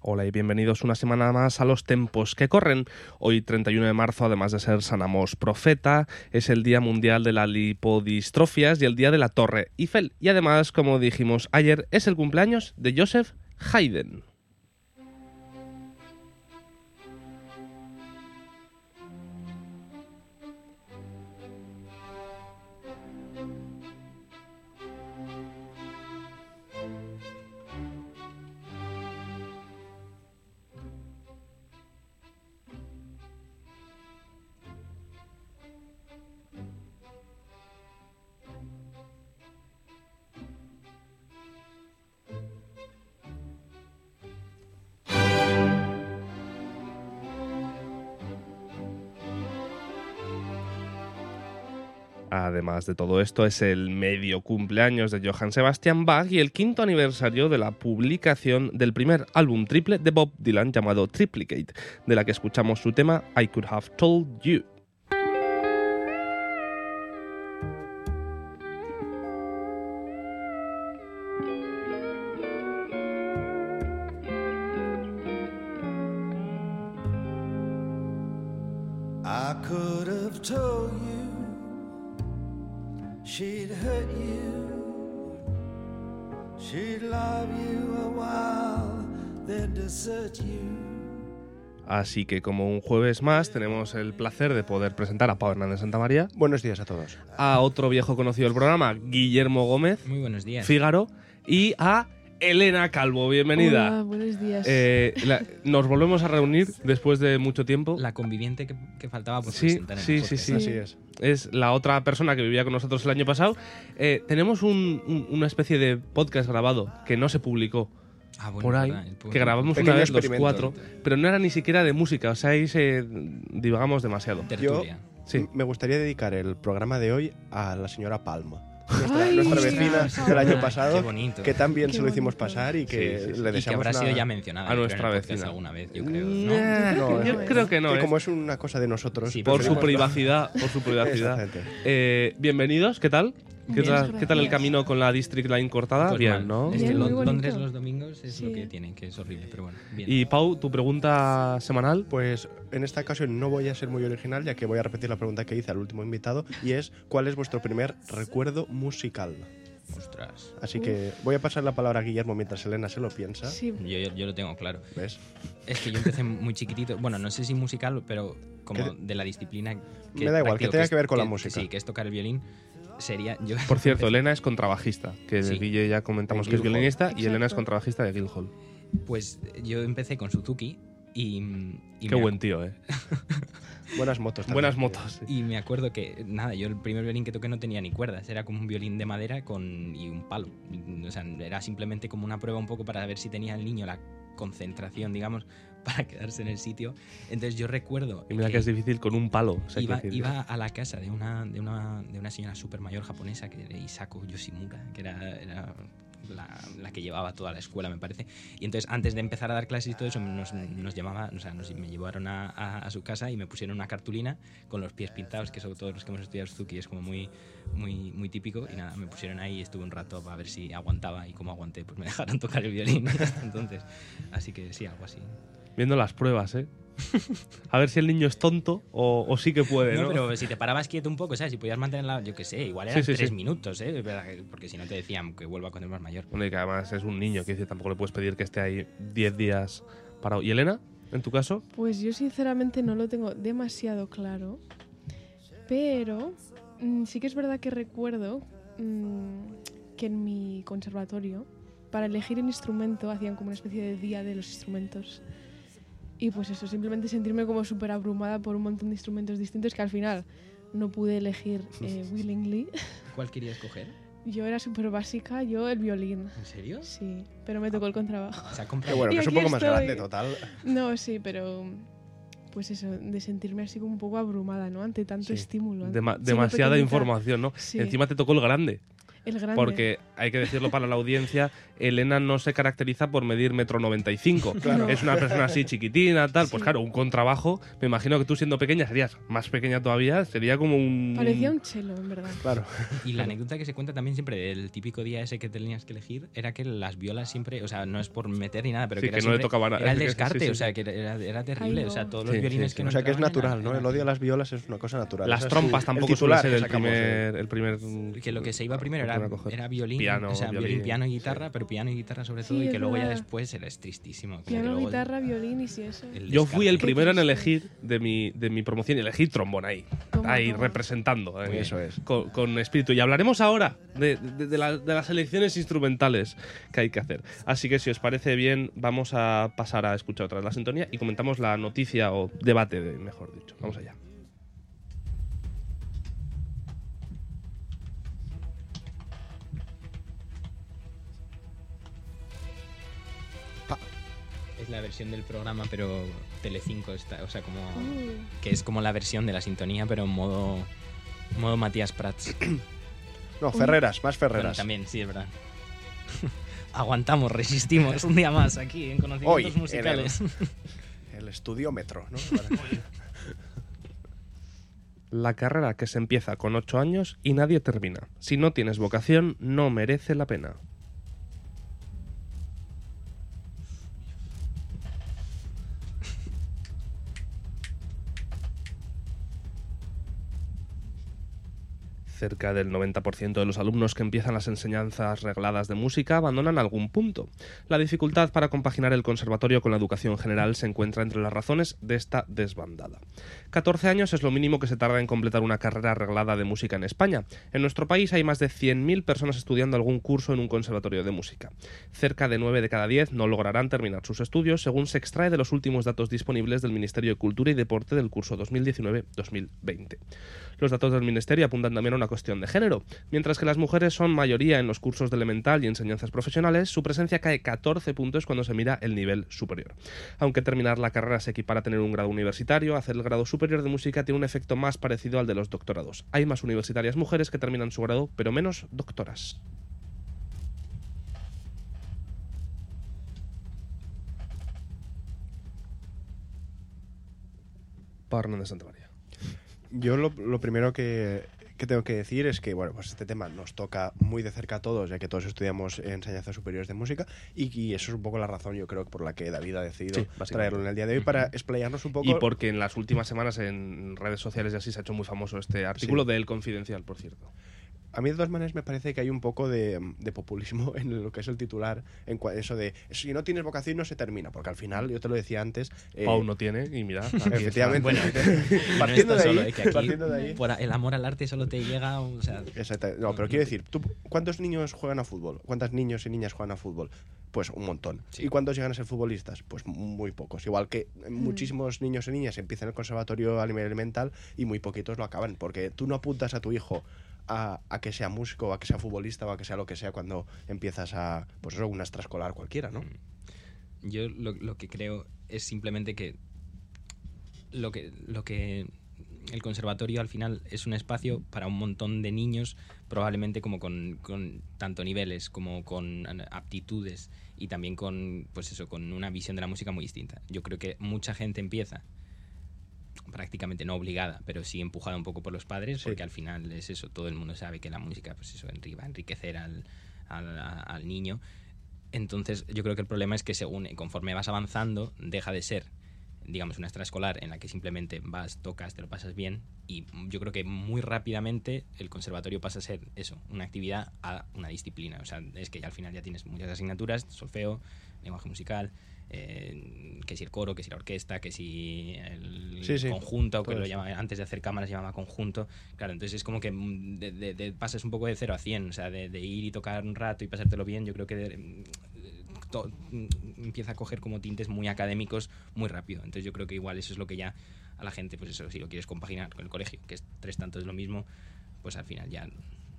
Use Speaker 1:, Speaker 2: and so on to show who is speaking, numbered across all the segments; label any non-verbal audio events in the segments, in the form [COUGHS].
Speaker 1: Hola y bienvenidos una semana más a los tempos que corren. Hoy 31 de marzo, además de ser San Amos Profeta, es el Día Mundial de la Lipodistrofias y el Día de la Torre Eiffel. Y además, como dijimos ayer, es el cumpleaños de Joseph Haydn. Además de todo esto, es el medio cumpleaños de Johann Sebastian Bach y el quinto aniversario de la publicación del primer álbum triple de Bob Dylan llamado Triplicate, de la que escuchamos su tema I Could Have Told You.
Speaker 2: I could have told you she'd hurt you, she'd love you a while, then desert you.
Speaker 1: Así que como un jueves más tenemos el placer de poder presentar a Pau Hernández Santa María,
Speaker 3: Buenos días a todos.
Speaker 1: a otro viejo conocido del programa, Guillermo Gómez,
Speaker 4: Muy buenos días.
Speaker 1: Fígaro, y a Elena Calvo. Bienvenida.
Speaker 5: Hola, buenos días.
Speaker 1: Eh, la- nos volvemos a reunir después de mucho tiempo.
Speaker 4: La conviviente que, que faltaba por
Speaker 1: Sí,
Speaker 4: presentar en el
Speaker 1: sí,
Speaker 4: podcast.
Speaker 1: sí,
Speaker 3: Así es.
Speaker 1: Es la otra persona que vivía con nosotros el año pasado. Eh, tenemos un- un- una especie de podcast grabado que no se publicó
Speaker 4: Ah, bueno,
Speaker 1: por ahí,
Speaker 4: verdad, el podcast.
Speaker 1: que grabamos
Speaker 3: Pequeño
Speaker 1: una vez los
Speaker 3: experimento.
Speaker 1: cuatro, pero no era ni siquiera de música, o sea, ahí se divagamos demasiado.
Speaker 4: Tertulia.
Speaker 1: Sí.
Speaker 3: Me gustaría dedicar el programa de hoy a la señora Palma, nuestra,
Speaker 5: Ay,
Speaker 3: nuestra
Speaker 5: ostras.
Speaker 3: vecina del
Speaker 4: Ah, Qué
Speaker 3: año pasado,
Speaker 4: bonito.
Speaker 3: que tan bien
Speaker 5: Qué
Speaker 3: se lo hicimos
Speaker 5: bonito.
Speaker 3: pasar y que
Speaker 1: Sí, sí, sí.
Speaker 3: le
Speaker 4: y que
Speaker 3: deseamos
Speaker 4: habrá
Speaker 3: una-
Speaker 4: sido ya mencionada
Speaker 1: a
Speaker 4: yo creo,
Speaker 1: nuestra
Speaker 4: en el podcast
Speaker 1: vecina.
Speaker 4: alguna vez, yo creo.
Speaker 1: Mm,
Speaker 4: ¿no? Pues
Speaker 3: No,
Speaker 1: yo
Speaker 3: es-
Speaker 1: creo que no.
Speaker 3: que
Speaker 1: ¿eh?
Speaker 3: como es una cosa de nosotros, pues
Speaker 4: Sí,
Speaker 1: por su
Speaker 4: preferimos-
Speaker 1: privacidad, por su privacidad.
Speaker 3: Exactamente.
Speaker 1: Eh, bienvenidos, ¿qué tal? ¿Qué
Speaker 5: Muchas
Speaker 1: tal, qué tal el
Speaker 5: gracias.
Speaker 1: camino con la District Line cortada?
Speaker 4: Pues
Speaker 1: ah, Bien,
Speaker 4: mal.
Speaker 1: ¿no?
Speaker 4: Es que
Speaker 5: Bien,
Speaker 4: Lon-
Speaker 5: muy bonito.
Speaker 4: Londres los domingos es lo
Speaker 5: Sí.
Speaker 4: que tienen, que es horrible, pero bueno. Bien.
Speaker 1: Y Pau, tu pregunta semanal.
Speaker 3: Pues en esta ocasión no voy a ser muy original, ya que voy a repetir la pregunta que hice al último invitado, y es ¿cuál es vuestro primer recuerdo musical?
Speaker 4: Ostras.
Speaker 3: Así que voy a pasar la palabra a Guillermo mientras Elena se lo piensa.
Speaker 5: Sí,
Speaker 4: Yo, yo- yo lo tengo claro.
Speaker 3: ¿Ves?
Speaker 4: Es que yo empecé muy chiquitito. Bueno, no sé si musical, pero
Speaker 3: Que
Speaker 4: como
Speaker 3: te-
Speaker 4: de la disciplina. Que
Speaker 3: Me da igual, que
Speaker 4: practico,
Speaker 3: tenga
Speaker 4: es-
Speaker 3: que ver con la música.
Speaker 4: Sí, que es tocar el violín. Sería. Yo,
Speaker 1: Por cierto, Elena es contrabajista, que
Speaker 4: Sí.
Speaker 1: Guille ya comentamos
Speaker 3: En
Speaker 1: que es
Speaker 3: Guildhall.
Speaker 1: violinista, y
Speaker 5: Exacto.
Speaker 1: Elena es contrabajista de Guildhall.
Speaker 4: Pues yo empecé con Suzuki y. y
Speaker 1: Qué
Speaker 4: me-
Speaker 1: buen tío, ¿eh?
Speaker 3: Buenas motos. también.
Speaker 1: Buenas motos.
Speaker 4: Y me acuerdo que, nada, yo el primer violín que toqué no tenía ni cuerdas, era como un violín de madera con, y un palo. O sea, era simplemente como una prueba un poco para ver si tenía el niño la concentración, digamos, [LAUGHS] para quedarse en el sitio. Entonces yo recuerdo
Speaker 1: Y mira que
Speaker 4: que
Speaker 1: es difícil con un palo. o sea,
Speaker 4: iba,
Speaker 1: quiero decir,
Speaker 4: iba a la casa de una, de una, de una señora super mayor japonesa, que era Isako Yoshimura, que era... era la, la que llevaba toda la escuela, me parece. Y entonces, antes de empezar a dar clases y todo eso, nos, nos llamaba, o sea, nos, me llevaron a, a- a su casa y me pusieron una cartulina con los pies pintados, que sobre todo los que hemos estudiado Suzuki es como muy, muy, muy típico. Y nada, me pusieron ahí y estuve un rato para ver si aguantaba. Y como aguanté, pues me [LAUGHS] dejaron tocar el violín. hasta entonces, así que sí, algo así.
Speaker 1: Viendo las pruebas, ¿eh? A ver si el niño es tonto o, o sí que puede, ¿no?
Speaker 4: No, pero si te parabas quieto un poco, ¿sabes? Si podías mantenerla, yo qué sé, igual
Speaker 1: Sí,
Speaker 4: eran
Speaker 1: sí,
Speaker 4: tres
Speaker 1: sí.
Speaker 4: minutos, ¿eh? Porque si no te decían que vuelva cuando eres más mayor.
Speaker 1: Bueno, y que además es un niño, que dice, tampoco le puedes pedir que esté ahí 10 días parado. ¿Y Elena, en tu caso?
Speaker 5: pues yo sinceramente no lo tengo demasiado claro, pero mm, sí que es verdad que recuerdo mm, que en mi conservatorio, para elegir el instrumento, hacían como una especie de día de los instrumentos. Y pues eso, simplemente sentirme como súper abrumada por un montón de instrumentos distintos que al final no pude
Speaker 3: [LAUGHS]
Speaker 5: elegir eh, willingly.
Speaker 4: ¿Cuál querías coger?
Speaker 5: Yo era súper básica, yo el violín.
Speaker 4: ¿En serio?
Speaker 5: Sí, pero me tocó el contrabajo.
Speaker 4: Se ha
Speaker 3: Que
Speaker 4: comprado.
Speaker 3: bueno,
Speaker 5: Y
Speaker 3: que es un
Speaker 5: aquí
Speaker 3: poco más
Speaker 5: estoy.
Speaker 3: grande, total.
Speaker 5: No, sí, pero pues eso, de sentirme así como un poco abrumada, ¿no? Ante tanto
Speaker 1: Sí.
Speaker 5: estímulo. ante-
Speaker 1: Dema-
Speaker 5: siendo
Speaker 1: demasiada
Speaker 5: pequeñita.
Speaker 1: información, ¿no?
Speaker 5: Sí.
Speaker 1: Encima te tocó el grande.
Speaker 5: El grande.
Speaker 1: Porque hay que decirlo para la audiencia, Elena no se caracteriza por medir metro
Speaker 5: [LAUGHS]
Speaker 1: 95.
Speaker 3: Claro.
Speaker 1: Es una persona así chiquitina, tal. Pues
Speaker 5: Sí.
Speaker 1: claro, un contrabajo. Me imagino que tú siendo pequeña serías más pequeña todavía. Sería como un.
Speaker 5: Parecía un chelo, en verdad.
Speaker 3: Claro.
Speaker 4: Y la anécdota que se cuenta también siempre del típico día ese que tenías que elegir era que las violas siempre, o sea, no es por meter ni nada, pero
Speaker 1: Sí,
Speaker 4: que, era
Speaker 1: que no le
Speaker 4: siempre-
Speaker 1: tocaba nada.
Speaker 4: Era
Speaker 1: [LAUGHS]
Speaker 4: el
Speaker 1: Sí, sí,
Speaker 4: descarte,
Speaker 1: sí.
Speaker 4: o sea, que era, era terrible,
Speaker 5: Ay, no.
Speaker 4: o sea, todos los
Speaker 1: Sí,
Speaker 4: violines
Speaker 1: sí,
Speaker 4: que
Speaker 1: sí.
Speaker 4: no
Speaker 3: O sea que es
Speaker 4: entraban eran-
Speaker 3: natural, ¿no? El
Speaker 4: eran-
Speaker 3: odio a las violas es una cosa natural.
Speaker 1: Las
Speaker 3: Esa es
Speaker 1: trompas
Speaker 3: el
Speaker 1: tampoco suele
Speaker 3: titular
Speaker 1: ser
Speaker 3: que
Speaker 1: el
Speaker 3: sacamos de-
Speaker 1: primer, el primer.
Speaker 4: ¿eh? que lo que se iba primero era,
Speaker 1: a coger.
Speaker 4: era violín,
Speaker 1: Piano,
Speaker 4: o sea, violín,
Speaker 1: violín,
Speaker 4: piano y guitarra, pero piano y guitarra sobre
Speaker 5: Sí,
Speaker 4: todo, y
Speaker 5: es
Speaker 4: que luego ya
Speaker 5: verdad.
Speaker 4: después era es tristísimo. como que
Speaker 5: Piano,
Speaker 4: luego el-
Speaker 5: guitarra, violín y si eso.
Speaker 4: el
Speaker 1: Yo fui el
Speaker 4: descarte.
Speaker 1: primero en
Speaker 5: triste.
Speaker 1: elegir de mi, de mi promoción y elegí trombón ahí.
Speaker 5: Toma,
Speaker 1: ahí
Speaker 5: toma.
Speaker 1: representando. eh,
Speaker 3: Muy Eso es.
Speaker 1: Con, con espíritu. Y hablaremos ahora de, de- de la- de las elecciones instrumentales que hay que hacer. Así que si os parece bien, vamos a pasar a escuchar otra vez la sintonía y comentamos la noticia o debate, de- mejor dicho. Vamos allá.
Speaker 4: Es la versión del programa, pero Telecinco está, o sea, como
Speaker 5: Uh,
Speaker 4: que es como la versión de la sintonía, pero en modo modo Matías Prats.
Speaker 3: [COUGHS] No, Ferreras, más
Speaker 4: Bueno,
Speaker 3: Ferreras.
Speaker 4: también, sí, es verdad. [LAUGHS] Aguantamos, resistimos un día más aquí en conocimientos
Speaker 3: Hoy, en el-
Speaker 4: musicales.
Speaker 3: El estudiómetro, ¿no?
Speaker 1: La carrera que se empieza con 8 años y nadie termina. Si no tienes vocación, no merece la pena. Cerca del 90% de los alumnos que empiezan las enseñanzas regladas de música abandonan algún punto. La dificultad para compaginar el conservatorio con la educación general se encuentra entre las razones de esta desbandada. 14 años es lo mínimo que se tarda en completar una carrera arreglada de música en España. En nuestro país hay más de 100.000 personas estudiando algún curso en un conservatorio de música. Cerca de 9 de cada 10 no lograrán terminar sus estudios, según se extrae de los últimos datos disponibles del Ministerio de Cultura y Deporte del curso 2019-2020. Los datos del Ministerio apuntan también a una cuestión de género. Mientras que las mujeres son mayoría en los cursos de elemental y enseñanzas profesionales, su presencia cae 14 puntos cuando se mira el nivel superior. Aunque terminar la carrera se equipara a tener un grado universitario, hacer el grado superior de música tiene un efecto más parecido al de los doctorados. Hay más universitarias mujeres que terminan su grado, pero menos doctoras. Pau Hernández Santa María.
Speaker 3: [LAUGHS] Yo lo, lo primero que, que tengo que decir es que, bueno, pues este tema nos toca muy de cerca a todos, ya que todos estudiamos enseñanzas superiores de música, y, y eso es un poco la razón, yo creo, por la que David ha decidido
Speaker 1: Sí, básicamente.
Speaker 3: traerlo en el día de hoy para explayarnos un poco.
Speaker 1: Y porque en las últimas semanas en redes sociales y así se ha hecho muy famoso este artículo
Speaker 3: Sí.
Speaker 1: de El Confidencial, por cierto.
Speaker 3: A mí, de todas maneras, me parece que hay un poco de, de populismo [LAUGHS] en lo que es el titular, en cua- eso de si no tienes vocación no se termina, porque al final, yo te lo decía antes. eh,
Speaker 1: Pau no tiene, y mira.
Speaker 3: [LAUGHS]
Speaker 1: aquí está.
Speaker 3: Efectivamente.
Speaker 4: Bueno,
Speaker 3: partiendo,
Speaker 4: está
Speaker 3: de
Speaker 4: solo,
Speaker 3: ahí,
Speaker 4: eh, que aquí-
Speaker 3: partiendo de ahí.
Speaker 4: Por a- el amor al arte solo te llega, o sea,
Speaker 3: Exacta- No, pero quiero decir, ¿tú, ¿cuántos niños juegan a fútbol? ¿Cuántos niños y niñas juegan a fútbol? Pues un montón.
Speaker 4: Sí.
Speaker 3: ¿Y cuántos llegan a ser futbolistas? Pues muy pocos. Igual que muchísimos niños y niñas empiezan el conservatorio a nivel elemental y muy poquitos lo acaban, porque tú no apuntas a tu hijo a, a que sea músico, a que sea futbolista o a que sea lo que sea cuando empiezas a, pues eso, una extraescolar cualquiera, ¿no?
Speaker 4: Mm. yo lo, lo que creo es simplemente que lo que lo que el conservatorio al final es un espacio para un montón de niños, probablemente como con, con tanto niveles como con aptitudes y también con pues eso, con una visión de la música muy distinta. Yo creo que mucha gente empieza prácticamente no obligada, pero sí empujada un poco por los padres,
Speaker 3: Sí.
Speaker 4: porque al final es eso, todo el mundo sabe que la música pues eso enri- va a enriquecer al, al- a- al niño. Entonces, yo creo que el problema es que según conforme vas avanzando, deja de ser digamos, una extraescolar en la que simplemente vas, tocas, te lo pasas bien. Y yo creo que muy rápidamente el conservatorio pasa a ser eso, una actividad a una disciplina. O sea, es que ya al final ya tienes muchas asignaturas, solfeo, lenguaje musical, eh, que si el coro, que si la orquesta, que si el
Speaker 3: Sí, sí,
Speaker 4: conjunto, que
Speaker 3: todo
Speaker 4: lo
Speaker 3: eso.
Speaker 4: llama- antes de hacer cámaras llamaba conjunto. Claro, entonces es como que mm, de- de- de- pasas un poco de 0 a 100, o sea, de, de ir y tocar un rato y pasártelo bien, yo creo que de- mm, to- mm, empieza a coger como tintes muy académicos muy rápido. Entonces yo creo que igual eso es lo que ya a la gente, pues eso, si lo quieres compaginar con el colegio, que es tres tantos lo mismo, pues al final ya...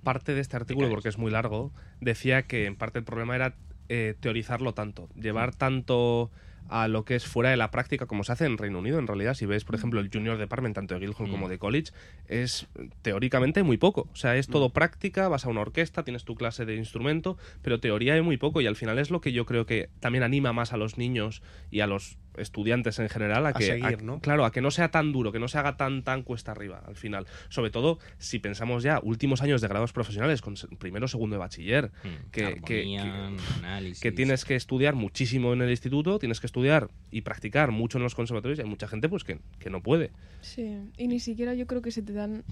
Speaker 1: parte de este artículo,
Speaker 4: caes.
Speaker 1: porque es muy largo, decía que en parte el problema era eh, teorizarlo tanto, llevar tanto a lo que es fuera de la práctica, como se hace en Reino Unido. En realidad, si ves, por ejemplo, el Junior Department, tanto de Guildhall como de College, es teóricamente muy poco. O sea,
Speaker 3: Mm.
Speaker 1: es todo práctica, vas a una orquesta, tienes tu clase de instrumento, pero teoría hay muy poco. Y al final es lo que yo creo que también anima más a los niños y a los estudiantes en general a
Speaker 3: A
Speaker 1: que
Speaker 3: seguir, ¿no?
Speaker 1: claro a que no sea tan duro que no se haga tan tan cuesta arriba al final sobre todo si pensamos ya últimos años de grados profesionales con se- primero segundo de bachiller
Speaker 4: Mm,
Speaker 1: que- que-
Speaker 4: armonía, análisis.
Speaker 1: que tienes que estudiar muchísimo en el instituto, tienes que estudiar y practicar mucho en los conservatorios. y Hay mucha gente pues que, que no puede.
Speaker 5: Sí, y ni siquiera yo creo que se te dan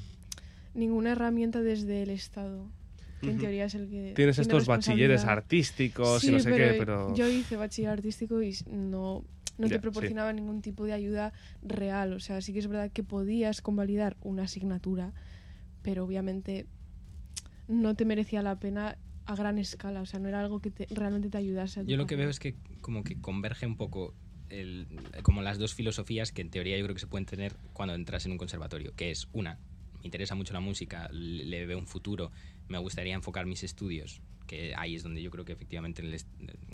Speaker 5: ninguna herramienta desde el Estado. que en teoría es el
Speaker 1: Tienes
Speaker 5: que. tiene
Speaker 1: estos bachilleres
Speaker 5: responsabilidad.
Speaker 1: artísticos
Speaker 5: Sí,
Speaker 1: y no sé
Speaker 5: pero
Speaker 1: qué, pero
Speaker 5: Yo hice bachiller artístico y s- no, no
Speaker 1: Ya,
Speaker 5: te
Speaker 1: sí.
Speaker 5: proporcionaba ningún tipo de ayuda real. O sea, sí que es verdad que podías convalidar una asignatura, pero obviamente no te merecía la pena a gran escala. O sea, no era algo que te- realmente te ayudase. a
Speaker 4: Yo lo que
Speaker 5: educarme.
Speaker 4: veo es que como que converge un poco el- como las dos filosofías que en teoría yo creo que se pueden tener cuando entras en un conservatorio, que es una, me interesa mucho la música, le le veo un futuro, me gustaría enfocar mis estudios, que ahí es donde yo creo que efectivamente el, est-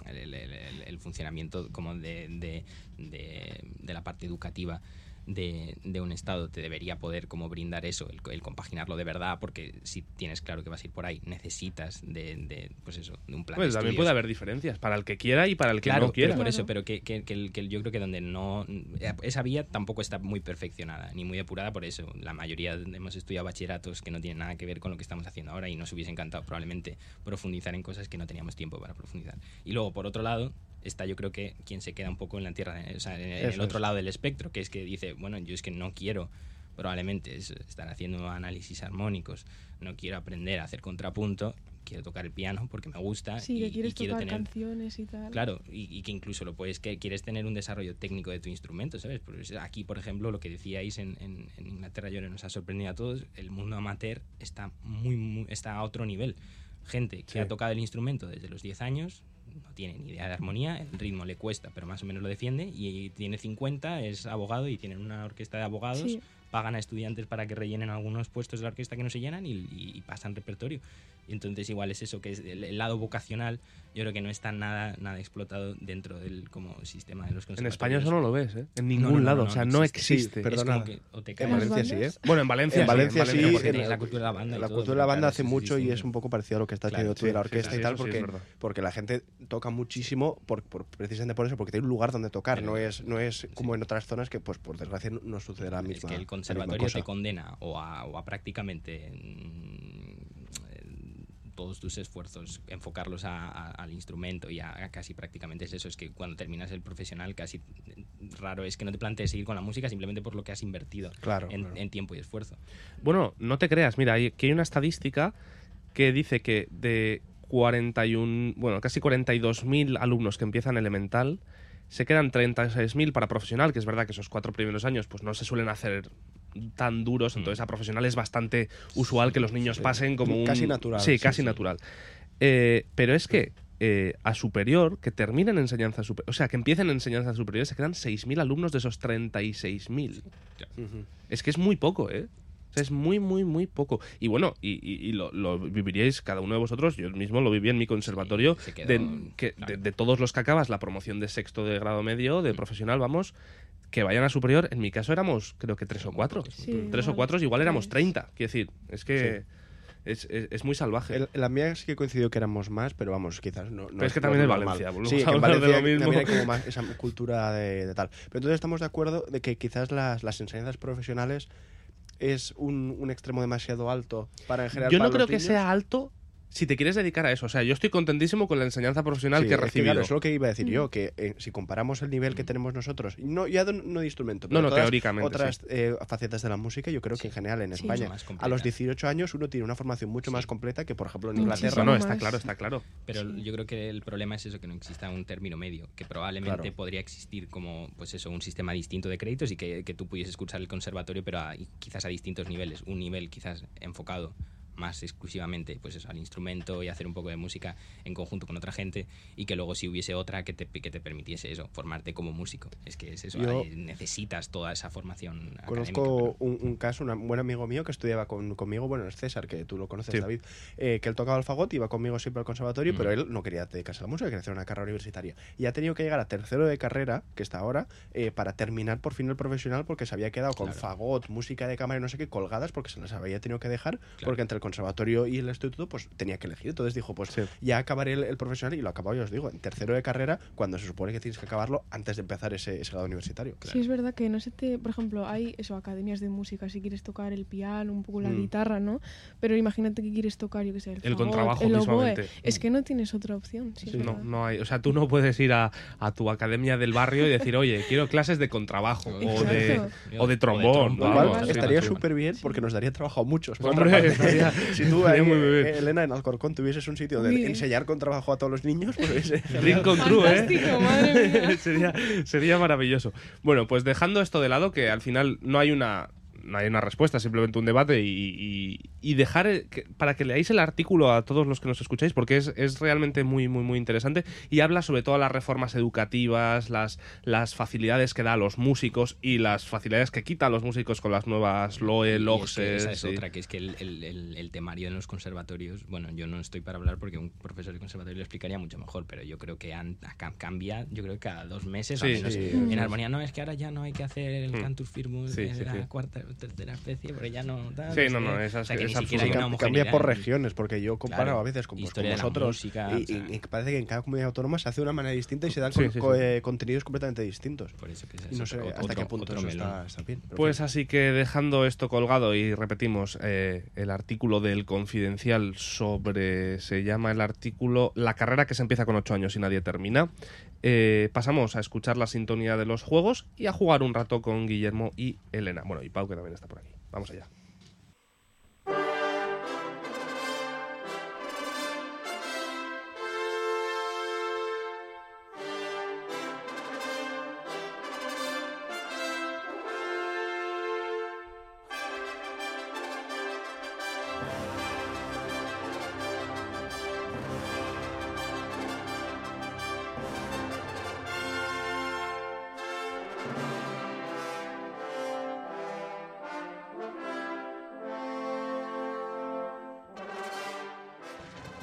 Speaker 4: el- el- el- el funcionamiento como de, de- de- de la parte educativa de, de un Estado te debería poder como brindar eso, el, el compaginarlo de verdad, porque si tienes claro que vas a ir por ahí, necesitas de, de, pues eso, de un plan
Speaker 1: Pues
Speaker 4: de
Speaker 1: también
Speaker 4: estudios
Speaker 1: puede haber diferencias para el que quiera y para el que no
Speaker 4: claro, pero
Speaker 1: quiera.
Speaker 4: por eso,
Speaker 5: Claro.
Speaker 4: pero que, que- que el- que el- yo creo que donde no. eh, Esa vía tampoco está muy perfeccionada ni muy depurada, por eso la mayoría hemos estudiado bachilleratos que no tienen nada que ver con lo que estamos haciendo ahora y nos hubiese encantado probablemente profundizar en cosas que no teníamos tiempo para profundizar. Y luego, por otro lado, está yo creo que quien se queda un poco en la tierra, eh, o sea, en, en el
Speaker 3: Eso
Speaker 4: otro
Speaker 3: es.
Speaker 4: lado del espectro, que es que dice, bueno, yo es que no quiero. Probablemente es- estar haciendo análisis armónicos, no quiero aprender a hacer contrapunto, quiero tocar el piano porque me gusta
Speaker 5: Sí,
Speaker 4: ah, y,
Speaker 5: que
Speaker 4: y
Speaker 5: quieres
Speaker 4: quiero
Speaker 5: tocar
Speaker 4: tener
Speaker 5: canciones y tal.
Speaker 4: Claro, y, y que incluso lo puedes, que quieres tener un desarrollo técnico de tu instrumento, ¿sabes? Pues aquí, por ejemplo, lo que decíais en, en- en Inglaterra, yo creo que nos ha sorprendido a todos, el mundo amateur está, muy, muy- está a otro nivel. Gente que
Speaker 3: Sí.
Speaker 4: ha tocado el instrumento desde los 10 años, no tiene ni idea de armonía, el ritmo le cuesta, pero más o menos lo defiende, y tiene 50, es abogado y tienen una orquesta de abogados
Speaker 5: Sí.
Speaker 4: pagan a estudiantes para que rellenen algunos puestos de la orquesta que no se llenan y, y- y pasan repertorio. Y entonces igual es eso, que es el, el lado vocacional, yo creo que no está nada, nada explotado dentro del como sistema de los
Speaker 1: En
Speaker 4: conservatorios.
Speaker 1: España eso no lo ves, ¿eh. En ningún
Speaker 4: no, no,
Speaker 1: lado,
Speaker 4: no,
Speaker 1: o sea,
Speaker 4: no
Speaker 1: no existe.
Speaker 3: Sí,
Speaker 4: existe.
Speaker 3: pero-
Speaker 4: Es como
Speaker 3: Perdona,
Speaker 4: que o te
Speaker 3: En
Speaker 4: caes-
Speaker 5: ¿Las
Speaker 3: Valencia sí, ¿eh?
Speaker 5: bandas?
Speaker 1: Bueno, en Valencia,
Speaker 3: en
Speaker 1: sí,
Speaker 3: Valencia sí,
Speaker 4: porque
Speaker 3: en
Speaker 4: tenéis la cultura de la banda y
Speaker 3: La
Speaker 4: todo,
Speaker 3: cultura de
Speaker 4: pero
Speaker 3: la
Speaker 4: claro,
Speaker 3: banda
Speaker 4: eso
Speaker 3: hace
Speaker 4: es
Speaker 3: mucho y
Speaker 4: distinto.
Speaker 3: es un poco parecido a lo que está
Speaker 4: Claro,
Speaker 3: haciendo tú de
Speaker 1: sí,
Speaker 3: la
Speaker 1: sí,
Speaker 3: orquesta
Speaker 1: sí,
Speaker 3: y tal,
Speaker 1: eso sí es
Speaker 3: porque,
Speaker 1: verdad.
Speaker 3: porque la gente toca muchísimo por, por- precisamente por eso, porque tiene un lugar donde tocar, no es, no es como en otras zonas que, pues por desgracia, no- no sucede la misma.
Speaker 4: es que
Speaker 3: la
Speaker 4: el
Speaker 3: misma
Speaker 4: conservatorio
Speaker 3: cosa.
Speaker 4: te condena o a, o a prácticamente mm, eh, todos tus esfuerzos enfocarlos a- a- al instrumento y a, a casi prácticamente es eso es que cuando terminas el profesional casi eh, raro es que no te plantees seguir con la música simplemente por lo que has invertido
Speaker 3: Claro,
Speaker 4: en,
Speaker 3: claro.
Speaker 4: en tiempo y esfuerzo
Speaker 1: Bueno, no te creas, mira, hay- aquí hay una estadística que dice que de 41, bueno, casi 42.000 alumnos que empiezan elemental, se quedan 36.000 para profesional, que es verdad que esos cuatro primeros años pues no se suelen hacer tan duros, entonces
Speaker 3: Mm.
Speaker 1: a profesional es bastante usual que los niños pasen como un...
Speaker 3: Casi natural,
Speaker 1: Sí,
Speaker 3: sí,
Speaker 1: casi
Speaker 3: sí.
Speaker 1: natural. Eh, pero es que eh, a superior, que terminen enseñanza superior, o sea, que empiecen enseñanza superior, se quedan 6.000 alumnos de esos 36.000.
Speaker 3: Ujú.
Speaker 1: Es que es muy poco, ¿eh? O sea, es muy, muy, muy poco. Y bueno, y, y- y lo, lo viviríais cada uno de vosotros. Yo mismo lo viví en mi conservatorio.
Speaker 4: Sí, se quedó,
Speaker 1: de, que-
Speaker 4: claro.
Speaker 1: de- de todos los que acabas la promoción de sexto de grado medio, de profesional, vamos, que vayan a superior. En mi caso éramos, creo que tres o cuatro.
Speaker 4: pues,
Speaker 5: Sí,
Speaker 1: tres o
Speaker 5: igual,
Speaker 1: cuatro, igual éramos
Speaker 5: tres.
Speaker 1: 30. Quiero decir, es que es, es- es muy salvaje.
Speaker 3: El- la mía sí que coincidió que éramos más, pero vamos, quizás no. no
Speaker 1: Pero es que
Speaker 3: lo
Speaker 1: también es
Speaker 3: normal.
Speaker 1: Valencia, volvemos
Speaker 3: Sí,
Speaker 1: a
Speaker 3: que en
Speaker 1: hablar de lo
Speaker 3: Valencia
Speaker 1: mismo.
Speaker 3: también hay como más esa cultura de, de tal. Pero entonces estamos de acuerdo de que quizás las, las enseñanzas profesionales es un, un extremo demasiado alto para en general.
Speaker 1: yo
Speaker 3: para
Speaker 1: no creo
Speaker 3: los
Speaker 1: que
Speaker 3: niños.
Speaker 1: sea alto si te quieres dedicar a eso. O sea, yo estoy contentísimo con la enseñanza profesional
Speaker 3: Sí,
Speaker 1: que he
Speaker 3: es
Speaker 1: recibido.
Speaker 3: claro, es lo que iba a decir
Speaker 5: Mm.
Speaker 3: yo, que eh, si comparamos el nivel que tenemos nosotros, y no, ya de- no de instrumento, pero
Speaker 1: No, no,
Speaker 3: todas
Speaker 1: teóricamente,
Speaker 3: otras eh, facetas de la música, yo creo que en general en
Speaker 5: Sí.
Speaker 3: España,
Speaker 4: Mucho más completa.
Speaker 3: a los 18 años uno tiene una formación mucho más completa que, por ejemplo, en
Speaker 5: Muchísimo.
Speaker 3: Inglaterra.
Speaker 1: No, no, está
Speaker 5: más.
Speaker 1: claro, está claro.
Speaker 4: Pero
Speaker 5: Sí.
Speaker 4: yo creo que el problema es eso, que no exista un término medio, que probablemente
Speaker 3: Claro.
Speaker 4: podría existir como, pues eso, un sistema distinto de créditos y que, que tú pudieses cursar el conservatorio, pero a- y quizás a distintos niveles. Un nivel quizás enfocado más exclusivamente pues eso, al instrumento y hacer un poco de música en conjunto con otra gente y que luego si hubiese otra que te, que te permitiese eso, formarte como músico. Es que es eso,
Speaker 3: Yo-
Speaker 4: ahí necesitas toda esa formación.
Speaker 3: Conozco un, un caso, una- un buen amigo mío que estudiaba con- conmigo, bueno, es César, que tú lo conoces,
Speaker 1: Sí.
Speaker 3: David, eh, que él tocaba el fagot, iba conmigo siempre al conservatorio,
Speaker 4: Mm.
Speaker 3: pero él no quería dedicarse a la música, quería hacer una carrera universitaria. Y ha tenido que llegar a tercero de carrera, que está ahora, eh, para terminar por fin el profesional, porque se había quedado con
Speaker 4: Claro.
Speaker 3: fagot, música de cámara y no sé qué, colgadas, porque se las había tenido que dejar,
Speaker 4: Claro.
Speaker 3: porque entre el conservatorio y el instituto, pues tenía que elegir. Entonces dijo, pues
Speaker 1: Sí.
Speaker 3: ya acabaré el, el profesional, y lo acabado, ya os digo, en tercero de carrera, cuando se supone que tienes que acabarlo antes de empezar ese, ese grado universitario.
Speaker 5: Sí, es verdad que no se te. Por ejemplo, hay eso, academias de música, si quieres tocar el piano, un poco la
Speaker 3: Mm.
Speaker 5: guitarra, ¿no? Pero imagínate que quieres tocar, yo qué sé, el,
Speaker 1: El
Speaker 5: fagot,
Speaker 1: contrabajo
Speaker 5: el oboe.
Speaker 1: mismamente.
Speaker 5: Es que no tienes otra opción. Sí, es
Speaker 1: No,
Speaker 5: verdad.
Speaker 1: no hay. O sea, tú no puedes ir a, a tu academia del barrio y decir, oye, quiero clases de contrabajo o de,
Speaker 5: Exacto.
Speaker 1: o de trombón.
Speaker 4: trombón,
Speaker 3: Igual
Speaker 1: vamos,
Speaker 5: vale.
Speaker 3: estaría
Speaker 1: sí, sí.
Speaker 3: súper bien porque nos daría trabajo a muchos. por
Speaker 1: Hombre,
Speaker 3: otra parte. ¿eh?
Speaker 1: estaría-
Speaker 3: [LAUGHS] si tú,
Speaker 1: estaría
Speaker 3: ahí,
Speaker 1: muy bien.
Speaker 3: eh, Elena, en Alcorcón tuvieses un sitio
Speaker 5: Uy.
Speaker 3: de enseñar con trabajo a todos los niños, pues hubiese-
Speaker 1: [LAUGHS] Dream come true, ¿eh?
Speaker 5: Fantástico, madre
Speaker 1: [LAUGHS]
Speaker 5: mía.
Speaker 1: sería, sería maravilloso. Bueno, pues dejando esto de lado, que al final no hay una, no hay una respuesta, simplemente un debate y, y- y dejar eh, que- para que leáis el artículo a todos los que nos escucháis, porque es, es realmente muy, muy, muy interesante y habla sobre todas las reformas educativas, las, las facilidades que da a los músicos y las facilidades que quita a los músicos con las nuevas LOE,
Speaker 4: Y
Speaker 1: LOGS.
Speaker 4: es que esa es
Speaker 1: y-
Speaker 4: otra, que es que el, el- el- el temario en los conservatorios, bueno, yo no estoy para hablar porque un profesor de conservatorio lo explicaría mucho mejor, pero yo creo que han- cam- cambia, yo creo que cada dos meses, al
Speaker 1: Sí,
Speaker 4: menos
Speaker 3: sí,
Speaker 4: en
Speaker 3: sí.
Speaker 4: armonía, no, es que ahora ya no hay que hacer el cantus firmus
Speaker 1: Sí,
Speaker 4: de
Speaker 1: sí,
Speaker 4: la
Speaker 1: sí.
Speaker 4: cuarta o tercera especie, porque ya no... tal,
Speaker 1: Sí,
Speaker 4: sé
Speaker 1: no, no,
Speaker 4: qué.
Speaker 1: esa
Speaker 4: O sea,
Speaker 1: es-
Speaker 4: que
Speaker 1: es
Speaker 4: ni siquiera hay
Speaker 1: absurdo.
Speaker 4: una
Speaker 3: Cam- cambia por
Speaker 4: homogeneidad.
Speaker 3: regiones, porque yo comparo
Speaker 4: Claro.
Speaker 3: a veces con, pues,
Speaker 4: Historia
Speaker 3: con
Speaker 4: de la
Speaker 3: vosotros
Speaker 4: música,
Speaker 3: y,
Speaker 4: o sea.
Speaker 3: y- y parece que en cada comunidad autónoma se hace de una manera distinta y se dan
Speaker 1: Sí,
Speaker 3: con-
Speaker 1: sí,
Speaker 3: co-
Speaker 1: sí.
Speaker 3: eh, contenidos completamente distintos.
Speaker 4: Por eso que es
Speaker 3: Y no sé
Speaker 4: otro-
Speaker 3: hasta
Speaker 4: otro-
Speaker 3: qué punto
Speaker 4: otro
Speaker 3: eso
Speaker 4: melón.
Speaker 3: está, está bien. pero
Speaker 1: Pues
Speaker 3: en fin.
Speaker 1: así que dejando esto colgado y repetimos eh, el artículo del Confidencial sobre, se llama el artículo La carrera que se empieza con 8 años y nadie termina, eh, pasamos a escuchar la sintonía de los juegos y a jugar un rato con Guillermo y Elena. Bueno, y Pau que también está por aquí. Vamos allá.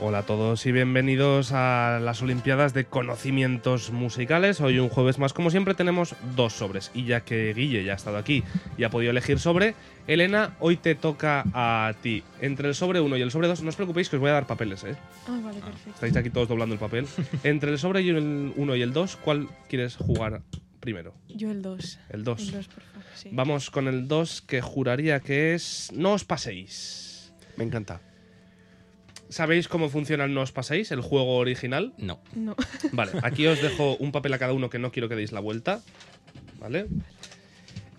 Speaker 1: Hola a todos y bienvenidos a las Olimpiadas de Conocimientos Musicales. Hoy un jueves más, como siempre, tenemos dos sobres. Y ya que Guille ya ha estado aquí y ha podido elegir sobre, Elena, hoy te toca a ti. Entre el sobre 1 y el sobre 2, no os preocupéis que os voy a dar papeles, ¿eh?
Speaker 5: Ah, vale, perfecto.
Speaker 1: Estáis aquí todos doblando el
Speaker 5: [LAUGHS]
Speaker 1: papel. Entre el sobre 1 y el 2, ¿cuál quieres jugar primero?
Speaker 5: Yo el 2.
Speaker 1: El
Speaker 5: El
Speaker 1: 2.
Speaker 5: 2, por favor. Sí.
Speaker 1: Vamos con el 2 que juraría que es... No os paséis.
Speaker 3: Me encanta.
Speaker 1: ¿Sabéis cómo funciona el No os paséis, el juego original?
Speaker 4: No,
Speaker 5: No.
Speaker 1: Vale, aquí os dejo un papel a cada uno que no quiero que deis la vuelta. ¿Vale?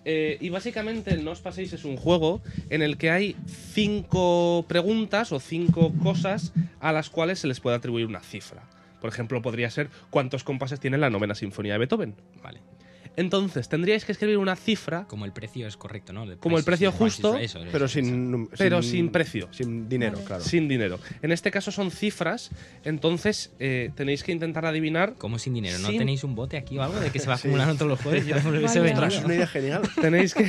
Speaker 1: Eh, y básicamente el No os paséis es un juego en el que hay cinco preguntas o cinco cosas a las cuales se les puede atribuir una cifra. Por ejemplo, podría ser cuántos compases tiene la novena sinfonía de Beethoven.
Speaker 4: vale.
Speaker 1: Entonces, tendríais que escribir una cifra,
Speaker 4: Como el precio es correcto, ¿no?
Speaker 1: Como el precio
Speaker 4: sí, Juan, sí,
Speaker 1: justo,
Speaker 4: eso, eso,
Speaker 3: Pero
Speaker 4: eso.
Speaker 3: sin, num-
Speaker 1: pero sin precio.
Speaker 3: Sin dinero,
Speaker 5: Vale.
Speaker 3: claro.
Speaker 1: sin dinero. En este caso son cifras, entonces eh, tenéis que intentar adivinar
Speaker 4: ¿Cómo sin dinero? ¿No
Speaker 1: Sin-
Speaker 4: tenéis un bote aquí o algo de que se va acumulando todos los jueves? Yo creo que se
Speaker 5: Vale.
Speaker 4: vendrá.
Speaker 3: Ostras, es una idea genial.
Speaker 1: Tenéis
Speaker 4: [LAUGHS]
Speaker 1: que.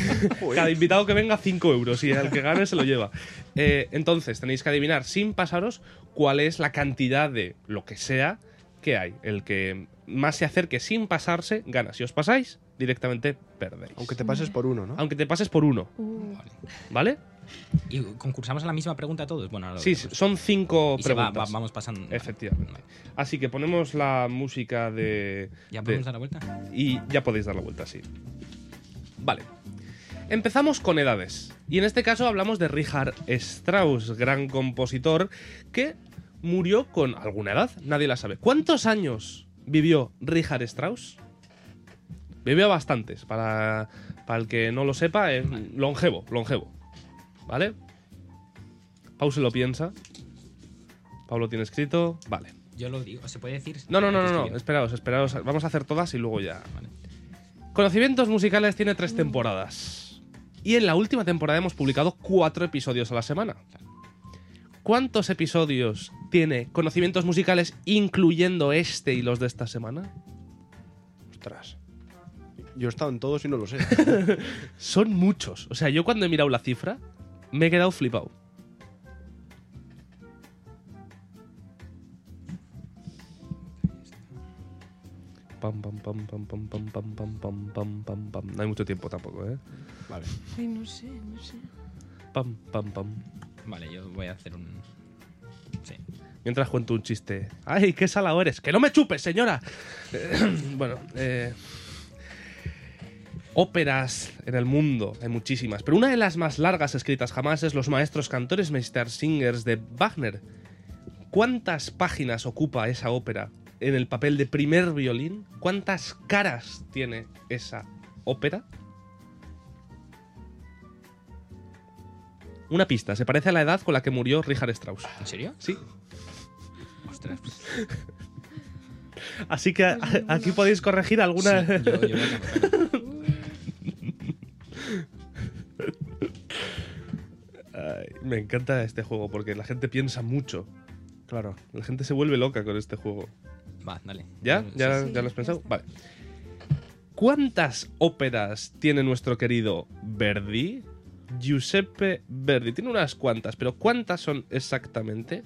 Speaker 1: cada invitado que venga, 5 euros y al que gane se lo lleva. Eh, entonces, tenéis que adivinar sin pasaros cuál es la cantidad de lo que sea que hay. El que más se acerque sin pasarse, gana. Si os pasáis, directamente perdéis.
Speaker 3: Aunque te pases por uno, ¿no?
Speaker 1: Aunque te pases por uno,
Speaker 5: Uh,
Speaker 4: Vale.
Speaker 1: ¿vale?
Speaker 4: ¿Y concursamos a la misma pregunta todos? Bueno, ahora lo
Speaker 1: Sí,
Speaker 4: veremos.
Speaker 1: son cinco
Speaker 4: Y se va-
Speaker 1: preguntas.
Speaker 4: va- vamos pasando. Vale.
Speaker 1: Efectivamente.
Speaker 4: Vale.
Speaker 1: Así que ponemos la música de.
Speaker 4: ¿Ya
Speaker 1: de-
Speaker 4: podemos dar la vuelta?
Speaker 1: y ya podéis dar la vuelta, sí. Vale. Empezamos con edades. Y en este caso hablamos de Richard Strauss, gran compositor que murió con alguna edad, nadie la sabe. ¿Cuántos años vivió Richard Strauss? Vivió bastantes, para, para el que no lo sepa, es longevo, longevo. ¿Vale? Pau se lo piensa. Pablo tiene escrito. Vale.
Speaker 4: Yo lo digo. ¿Se puede decir?
Speaker 1: No, no, no,
Speaker 4: Hay
Speaker 1: no,
Speaker 4: que
Speaker 1: no.
Speaker 4: escribir.
Speaker 1: Esperaos, esperaos. Vamos a hacer todas y luego ya.
Speaker 4: Vale.
Speaker 1: Conocimientos musicales tiene tres temporadas. Y en la última temporada hemos publicado cuatro episodios a la semana. ¿Cuántos episodios tiene conocimientos musicales, incluyendo este y los de esta semana?
Speaker 3: Ostras. Yo he estado en todos y no lo sé.
Speaker 1: Son muchos. O sea, yo cuando he mirado la cifra, me he quedado flipado. Pam, pam, pam, pam, pam, pam, pam, pam, pam, pam, pam, pam. No hay mucho tiempo tampoco, ¿eh?
Speaker 3: Vale.
Speaker 5: Ay, no sé, no sé.
Speaker 1: Pam, pam, pam.
Speaker 4: Vale, yo voy a hacer un. Sí.
Speaker 1: Mientras cuento un chiste. ¡Ay, qué salado eres! ¡Que no me chupes, señora! [CLEARS THROAT] bueno, eh, óperas en el mundo, hay muchísimas, pero una de las más largas escritas jamás es Los Maestros Cantores Meistersingers de Wagner. ¿Cuántas páginas ocupa esa ópera en el papel de primer violín? ¿Cuántas caras tiene esa ópera? Una pista, se parece a la edad con la que murió Richard Strauss.
Speaker 4: ¿En serio?
Speaker 1: Sí,
Speaker 4: Ostras. pues,
Speaker 1: Así que a-
Speaker 5: Pues ninguna.
Speaker 1: aquí podéis corregir alguna.
Speaker 4: sí,
Speaker 1: [LAUGHS]
Speaker 4: yo, yo voy a cambiar.
Speaker 1: Ay, me encanta este juego porque la gente piensa mucho.
Speaker 3: Claro.
Speaker 1: La gente se vuelve loca con este juego.
Speaker 4: Va, dale.
Speaker 1: ¿Ya?
Speaker 4: Sí,
Speaker 1: ¿Ya,
Speaker 4: sí.
Speaker 5: sí,
Speaker 1: ya lo has
Speaker 5: ya
Speaker 1: pensado?
Speaker 5: está.
Speaker 1: Vale. ¿Cuántas óperas tiene nuestro querido Verdi? Giuseppe Verdi. Tiene unas cuantas, pero ¿cuántas son exactamente?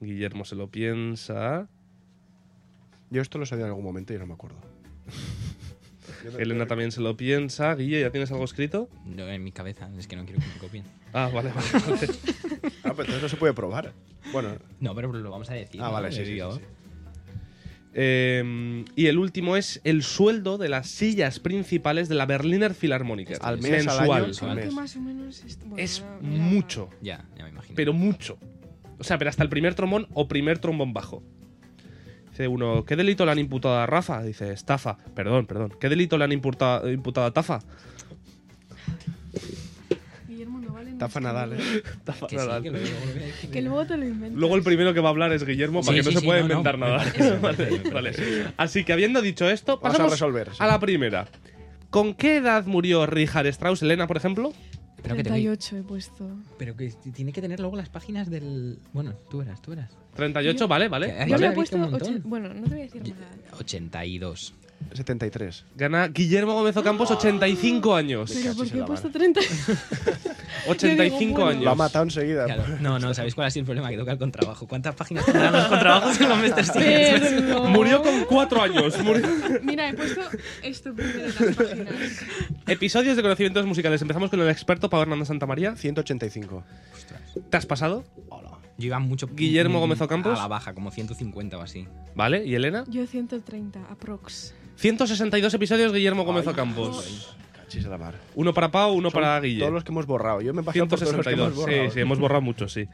Speaker 1: Guillermo se lo piensa.
Speaker 3: Yo esto lo sabía en algún momento y no me acuerdo.
Speaker 1: Elena también se lo piensa. Guille, ¿ya tienes algo escrito?
Speaker 4: No, en mi cabeza, es que no quiero que me copien.
Speaker 1: Ah, vale, vale. vale.
Speaker 3: Ah, pero entonces no se puede probar. Bueno,
Speaker 4: No, pero lo vamos a decir.
Speaker 3: ah,
Speaker 4: ¿no?
Speaker 3: vale,
Speaker 4: De
Speaker 3: sí, sí,
Speaker 4: viva
Speaker 3: sí,
Speaker 4: voz.
Speaker 1: Eh, y el último es el sueldo de las sillas principales de la Berliner Philharmoniker.
Speaker 3: Al mes, al año,
Speaker 5: Creo
Speaker 3: al
Speaker 5: que
Speaker 3: mes.
Speaker 5: más o menos es, bueno,
Speaker 1: Es
Speaker 5: ahora- mira, ahora.
Speaker 1: mucho,
Speaker 4: Ya, ya me imagino.
Speaker 1: pero mucho. O sea, pero hasta el primer trombón o primer trombón bajo. Dice uno, ¿qué delito le han imputado a Rafa? Dice, estafa. Perdón, perdón. ¿Qué delito le han imputa- imputado a Tafa?
Speaker 5: Guillermo no vale.
Speaker 3: Tafa
Speaker 5: nuestro
Speaker 3: Nadal,
Speaker 5: nivel.
Speaker 1: Tafa,
Speaker 4: que sí,
Speaker 1: nada.
Speaker 4: que luego lo voy a decir.
Speaker 5: Que luego te lo inventas.
Speaker 1: Luego el primero que va a hablar es Guillermo
Speaker 4: Sí,
Speaker 1: para que
Speaker 4: sí,
Speaker 1: no se
Speaker 4: sí,
Speaker 1: pueda
Speaker 4: no, no,
Speaker 1: inventar
Speaker 4: me
Speaker 1: nada. [LAUGHS]
Speaker 4: parece, me
Speaker 1: Vale,
Speaker 4: parece, me
Speaker 1: vale.
Speaker 4: parece.
Speaker 1: Así que habiendo dicho esto,
Speaker 3: Vamos a
Speaker 1: pasamos
Speaker 3: resolver, sí.
Speaker 1: a la primera. ¿Con qué edad murió Richard Strauss, Elena, por ejemplo?
Speaker 4: Pero que, tengo-
Speaker 5: 38 he puesto.
Speaker 4: pero que tiene que tener luego las páginas del. Bueno, tú eras, tú eras.
Speaker 1: 38,
Speaker 5: Yo-
Speaker 1: vale, vale.
Speaker 4: ¿Qué? Ahí ya
Speaker 5: Yo le he
Speaker 4: había visto
Speaker 5: puesto.
Speaker 4: un
Speaker 5: ocho-
Speaker 4: montón.
Speaker 5: Bueno, no te voy a decir nada.
Speaker 4: 82.
Speaker 3: 73.
Speaker 1: Gana Guillermo Gómez
Speaker 3: ¡Ah!
Speaker 1: Ocampos, 85 años. pues,
Speaker 5: Pero
Speaker 3: cachis
Speaker 5: ¿por
Speaker 3: en
Speaker 5: qué he
Speaker 3: la
Speaker 5: puesto
Speaker 3: mano.
Speaker 5: 30?
Speaker 1: 85
Speaker 5: bueno.
Speaker 1: años.
Speaker 3: Lo ha matado enseguida.
Speaker 4: [LAUGHS] Claro, no, no, ¿sabéis cuál ha sido el problema? Que toca el contrabajo. ¿Cuántas páginas tendrán los contrabajos en los Mr.
Speaker 5: Pero
Speaker 1: [LAUGHS] Murió con 4 años. murió. [LAUGHS]
Speaker 5: Mira, he puesto esto primero en las páginas.
Speaker 1: Episodios de conocimientos musicales. Empezamos con el experto Pablo Hernández Santamaría.
Speaker 3: 185.
Speaker 4: Ostras.
Speaker 1: ¿Te has pasado?
Speaker 3: Hola.
Speaker 4: Yo iba mucho.
Speaker 1: Guillermo
Speaker 4: mm,
Speaker 1: Gómez Ocampos.
Speaker 4: A la baja, como 150 o así.
Speaker 1: ¿Vale? ¿Y Elena?
Speaker 5: Yo 130, aprox.
Speaker 1: 162 episodios Guillermo Gómez
Speaker 3: Ay,
Speaker 1: Ocampos.
Speaker 3: Cachis a la mar.
Speaker 1: Uno para Pau, uno
Speaker 3: Son
Speaker 1: para Guille.
Speaker 3: Todos los que hemos borrado. Yo me he pasado por todos los que hemos
Speaker 1: 162.
Speaker 3: borrado.
Speaker 1: Sí, sí, hemos borrado muchos, sí.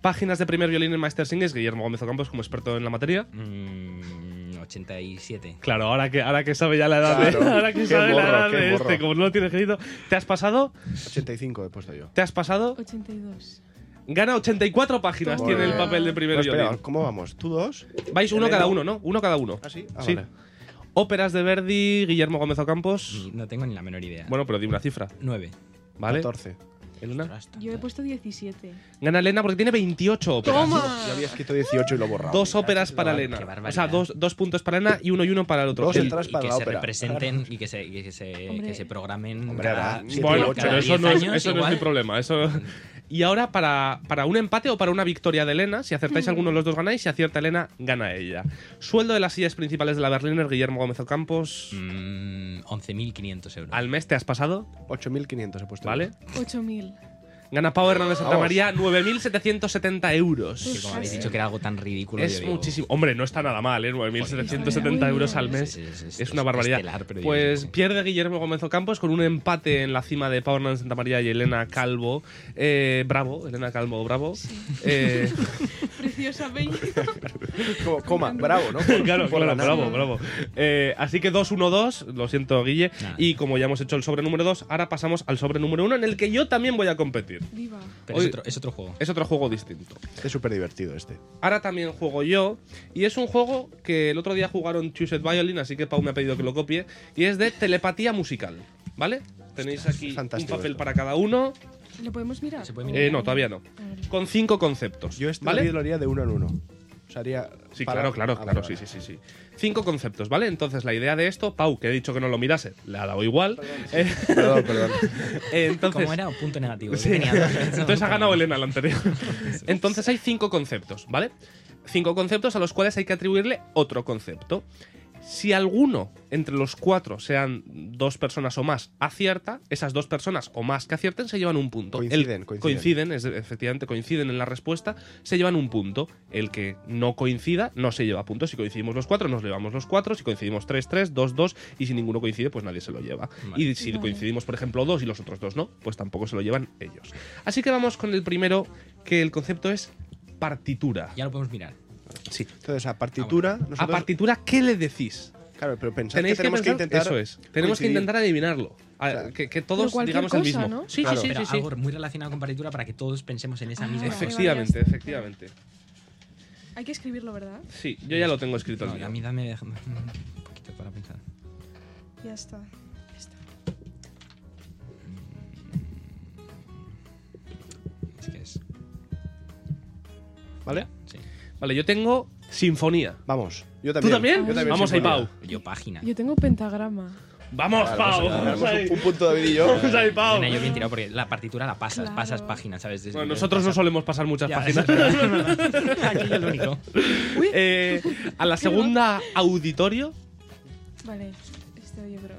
Speaker 1: Páginas de primer violín en Master Singers, Guillermo Gómez Ocampos como experto en la materia.
Speaker 4: Mm, 87.
Speaker 1: Claro, ahora que, ahora que sabe ya la edad de-
Speaker 3: Claro.
Speaker 1: [LAUGHS] ahora que
Speaker 3: Qué
Speaker 1: sabe la
Speaker 3: morro,
Speaker 1: edad
Speaker 3: qué
Speaker 1: de este,
Speaker 3: morro.
Speaker 1: como no lo tiene escrito. ¿Te has pasado?
Speaker 3: 85 he puesto yo.
Speaker 1: ¿Te has pasado?
Speaker 5: 82.
Speaker 1: Gana 84 páginas,
Speaker 5: Toma.
Speaker 1: tiene el papel de primer
Speaker 3: Pero espera,
Speaker 1: violín.
Speaker 3: ¿cómo vamos? ¿Tú dos?
Speaker 1: Vais uno
Speaker 3: Elena.
Speaker 1: cada uno, ¿no? Uno cada uno.
Speaker 3: ¿Ah, sí? Ah,
Speaker 1: Sí.
Speaker 3: vale.
Speaker 1: Óperas de Verdi, Guillermo Gómez Ocampos.
Speaker 4: Ni- No tengo ni la menor idea.
Speaker 1: Bueno, pero dime una cifra,
Speaker 4: 9.
Speaker 1: ¿vale?
Speaker 3: 14.
Speaker 1: Elena.
Speaker 5: Yo he puesto 17.
Speaker 1: Gana Elena porque tiene 28 óperas.
Speaker 5: ¡Toma!
Speaker 3: Yo había escrito 18 y lo he borrado.
Speaker 1: Dos óperas para
Speaker 4: qué
Speaker 1: Elena.
Speaker 4: barbaridad.
Speaker 1: O sea, dos, dos puntos para Elena y uno y uno para el otro.
Speaker 3: Dos
Speaker 1: El-
Speaker 3: entradas.
Speaker 4: y
Speaker 3: para
Speaker 4: que
Speaker 3: la
Speaker 4: se
Speaker 3: ópera.
Speaker 4: representen y que se, y que se, que
Speaker 5: Hombre.
Speaker 4: se programen
Speaker 3: Hombre,
Speaker 4: cada,
Speaker 3: ahora, siete,
Speaker 4: cada
Speaker 1: Bueno,
Speaker 3: ocho,
Speaker 1: pero eso, no es,
Speaker 4: 10 años
Speaker 1: eso no es
Speaker 4: igual.
Speaker 1: mi problema. Eso... [LAUGHS] Y ahora para, para un empate o para una victoria de Elena, si acertáis alguno de los dos ganáis, si acierta Elena, gana ella. Sueldo de las sillas principales de la Berliner, Guillermo Gómez Ocampos.
Speaker 4: Mm, 11.500 euros.
Speaker 1: Al mes te has pasado,
Speaker 3: 8.500 he puesto
Speaker 1: ¿vale?
Speaker 5: 8000.
Speaker 1: Gana Pau Hernández Santa María 9.770
Speaker 4: Que
Speaker 1: euros.
Speaker 4: como habéis dicho que era algo tan ridículo. yo
Speaker 1: Es
Speaker 4: digo,
Speaker 1: muchísimo. Hombre, no está nada mal, ¿eh?
Speaker 5: Está
Speaker 1: 9.770
Speaker 5: bien.
Speaker 1: euros al
Speaker 4: Es,
Speaker 1: mes.
Speaker 4: es- es-
Speaker 1: Es una
Speaker 4: es
Speaker 1: barbaridad.
Speaker 4: estelar, pero
Speaker 1: Pues
Speaker 4: digo,
Speaker 1: pierde Guillermo Gómez Ocampos con un empate en la cima de Pau Hernández Santa María y Elena Calvo. Eh, bravo, Elena Calvo, bravo. Eh, [LAUGHS]
Speaker 5: Preciosa peña.
Speaker 3: Co- coma,
Speaker 1: [LAUGHS]
Speaker 3: bravo, ¿no? Por-
Speaker 1: claro,
Speaker 3: por
Speaker 1: claro,
Speaker 3: ganar.
Speaker 1: bravo, bravo. Eh, así que 2-1-2, lo siento, Guille.
Speaker 4: Nada.
Speaker 1: Y como ya hemos hecho el sobre número 2, ahora pasamos al sobre número 1 en el que yo también voy a competir.
Speaker 5: Viva.
Speaker 4: pero es
Speaker 1: hoy-
Speaker 4: otro, es otro juego.
Speaker 1: Es otro juego distinto.
Speaker 3: Este es súper divertido este.
Speaker 1: Ahora también juego yo. Y es un juego que el otro día jugaron Choose It Violin, así que Pau me ha pedido que lo copie. Y es de telepatía musical. ¿Vale? Tenéis aquí un
Speaker 3: fantástico
Speaker 1: papel
Speaker 3: esto.
Speaker 1: para cada uno.
Speaker 5: ¿Lo podemos mirar?
Speaker 4: ¿Se puede
Speaker 5: ¿O-
Speaker 1: Eh, no, todavía no. Con cinco conceptos.
Speaker 3: Yo este
Speaker 1: ¿vale?
Speaker 3: vídeo lo haría de uno en uno. O sea, haría
Speaker 1: Sí,
Speaker 3: para-
Speaker 1: claro, claro,
Speaker 3: Ah,
Speaker 1: claro,
Speaker 3: vale,
Speaker 1: sí,
Speaker 3: vale.
Speaker 1: sí, sí, sí. Cinco conceptos, ¿vale? Entonces la idea de esto, Pau, que he dicho que no lo mirase, le ha dado igual. [LAUGHS] Eh,
Speaker 3: Perdón, perdón.
Speaker 1: Entonces,
Speaker 4: ¿Cómo era? Punto negativo.
Speaker 1: Sí.
Speaker 4: Tenía dos.
Speaker 1: Entonces ha ganado Elena la anterior. Entonces hay cinco conceptos, ¿vale? Cinco conceptos a los cuales hay que atribuirle otro concepto. Si alguno entre los cuatro sean dos personas o más acierta, esas dos personas o más que acierten se llevan un punto. El-
Speaker 3: Coinciden, coinciden.
Speaker 1: es de- efectivamente, coinciden en la respuesta, se llevan un punto. El que no coincida no se lleva punto. Si coincidimos los cuatro, nos llevamos los cuatro. Si coincidimos tres, tres, dos, dos. Y si ninguno coincide, pues nadie se lo lleva.
Speaker 4: Vale.
Speaker 1: Y si
Speaker 5: Vale.
Speaker 1: coincidimos, por ejemplo, dos y los otros dos no, pues tampoco se lo llevan ellos. Así que vamos con el primero, que el concepto es partitura.
Speaker 4: Ya lo podemos mirar.
Speaker 1: Sí.
Speaker 3: Entonces, a partitura.
Speaker 1: Ah, A
Speaker 3: nosotros-
Speaker 1: partitura, ¿qué le decís?
Speaker 3: Claro, pero pensad que
Speaker 1: Tenéis que,
Speaker 3: tenemos que
Speaker 1: pensar-
Speaker 3: intentar.
Speaker 1: eso es. Tenemos que
Speaker 3: coincidir.
Speaker 1: intentar adivinarlo. A-
Speaker 3: Claro.
Speaker 1: que, que todos
Speaker 5: Pero cualquier
Speaker 1: digamos el
Speaker 5: cosa,
Speaker 1: mismo.
Speaker 5: ¿no?
Speaker 1: Sí,
Speaker 3: Claro.
Speaker 1: sí,
Speaker 4: pero
Speaker 1: sí, sí,
Speaker 4: algo muy relacionado con partitura para que todos pensemos en esa
Speaker 5: Ah,
Speaker 4: misma
Speaker 5: vale,
Speaker 4: cosa.
Speaker 1: Efectivamente,
Speaker 5: vale, ya está.
Speaker 1: efectivamente.
Speaker 5: Hay que escribirlo, ¿verdad?
Speaker 1: Sí, yo ya lo tengo escrito.
Speaker 4: No,
Speaker 1: al mío.
Speaker 4: a mí dame dejadme un poquito para pensar.
Speaker 5: Ya está. Ya está.
Speaker 4: Es que es.
Speaker 1: ¿Vale?
Speaker 4: Sí.
Speaker 1: Vale, yo tengo sinfonía.
Speaker 3: Vamos, yo
Speaker 1: ¿Tú
Speaker 3: también.
Speaker 1: también?
Speaker 3: Yo también
Speaker 1: Vamos ahí, Pau.
Speaker 3: sinfonía.
Speaker 4: Yo página.
Speaker 5: Yo tengo pentagrama.
Speaker 1: Vamos, Pau.
Speaker 3: Ganamos
Speaker 1: Vamos ahí.
Speaker 3: un, un punto David y
Speaker 1: [LAUGHS]
Speaker 3: yo.
Speaker 5: [LAUGHS]
Speaker 1: Vamos ahí, Pau.
Speaker 4: Elena, yo bien tirado porque la partitura la pasas,
Speaker 5: Claro.
Speaker 4: pasas páginas, ¿sabes? Desde-
Speaker 1: Bueno, nosotros no
Speaker 4: pasas-
Speaker 1: solemos pasar muchas
Speaker 4: [LAUGHS] Ya,
Speaker 1: páginas.
Speaker 4: eso [LAUGHS] es verdad. Aquí yo lo único.
Speaker 5: Uy,
Speaker 1: [LAUGHS] Eh, a la segunda auditorio.
Speaker 5: Vale, esto yo creo.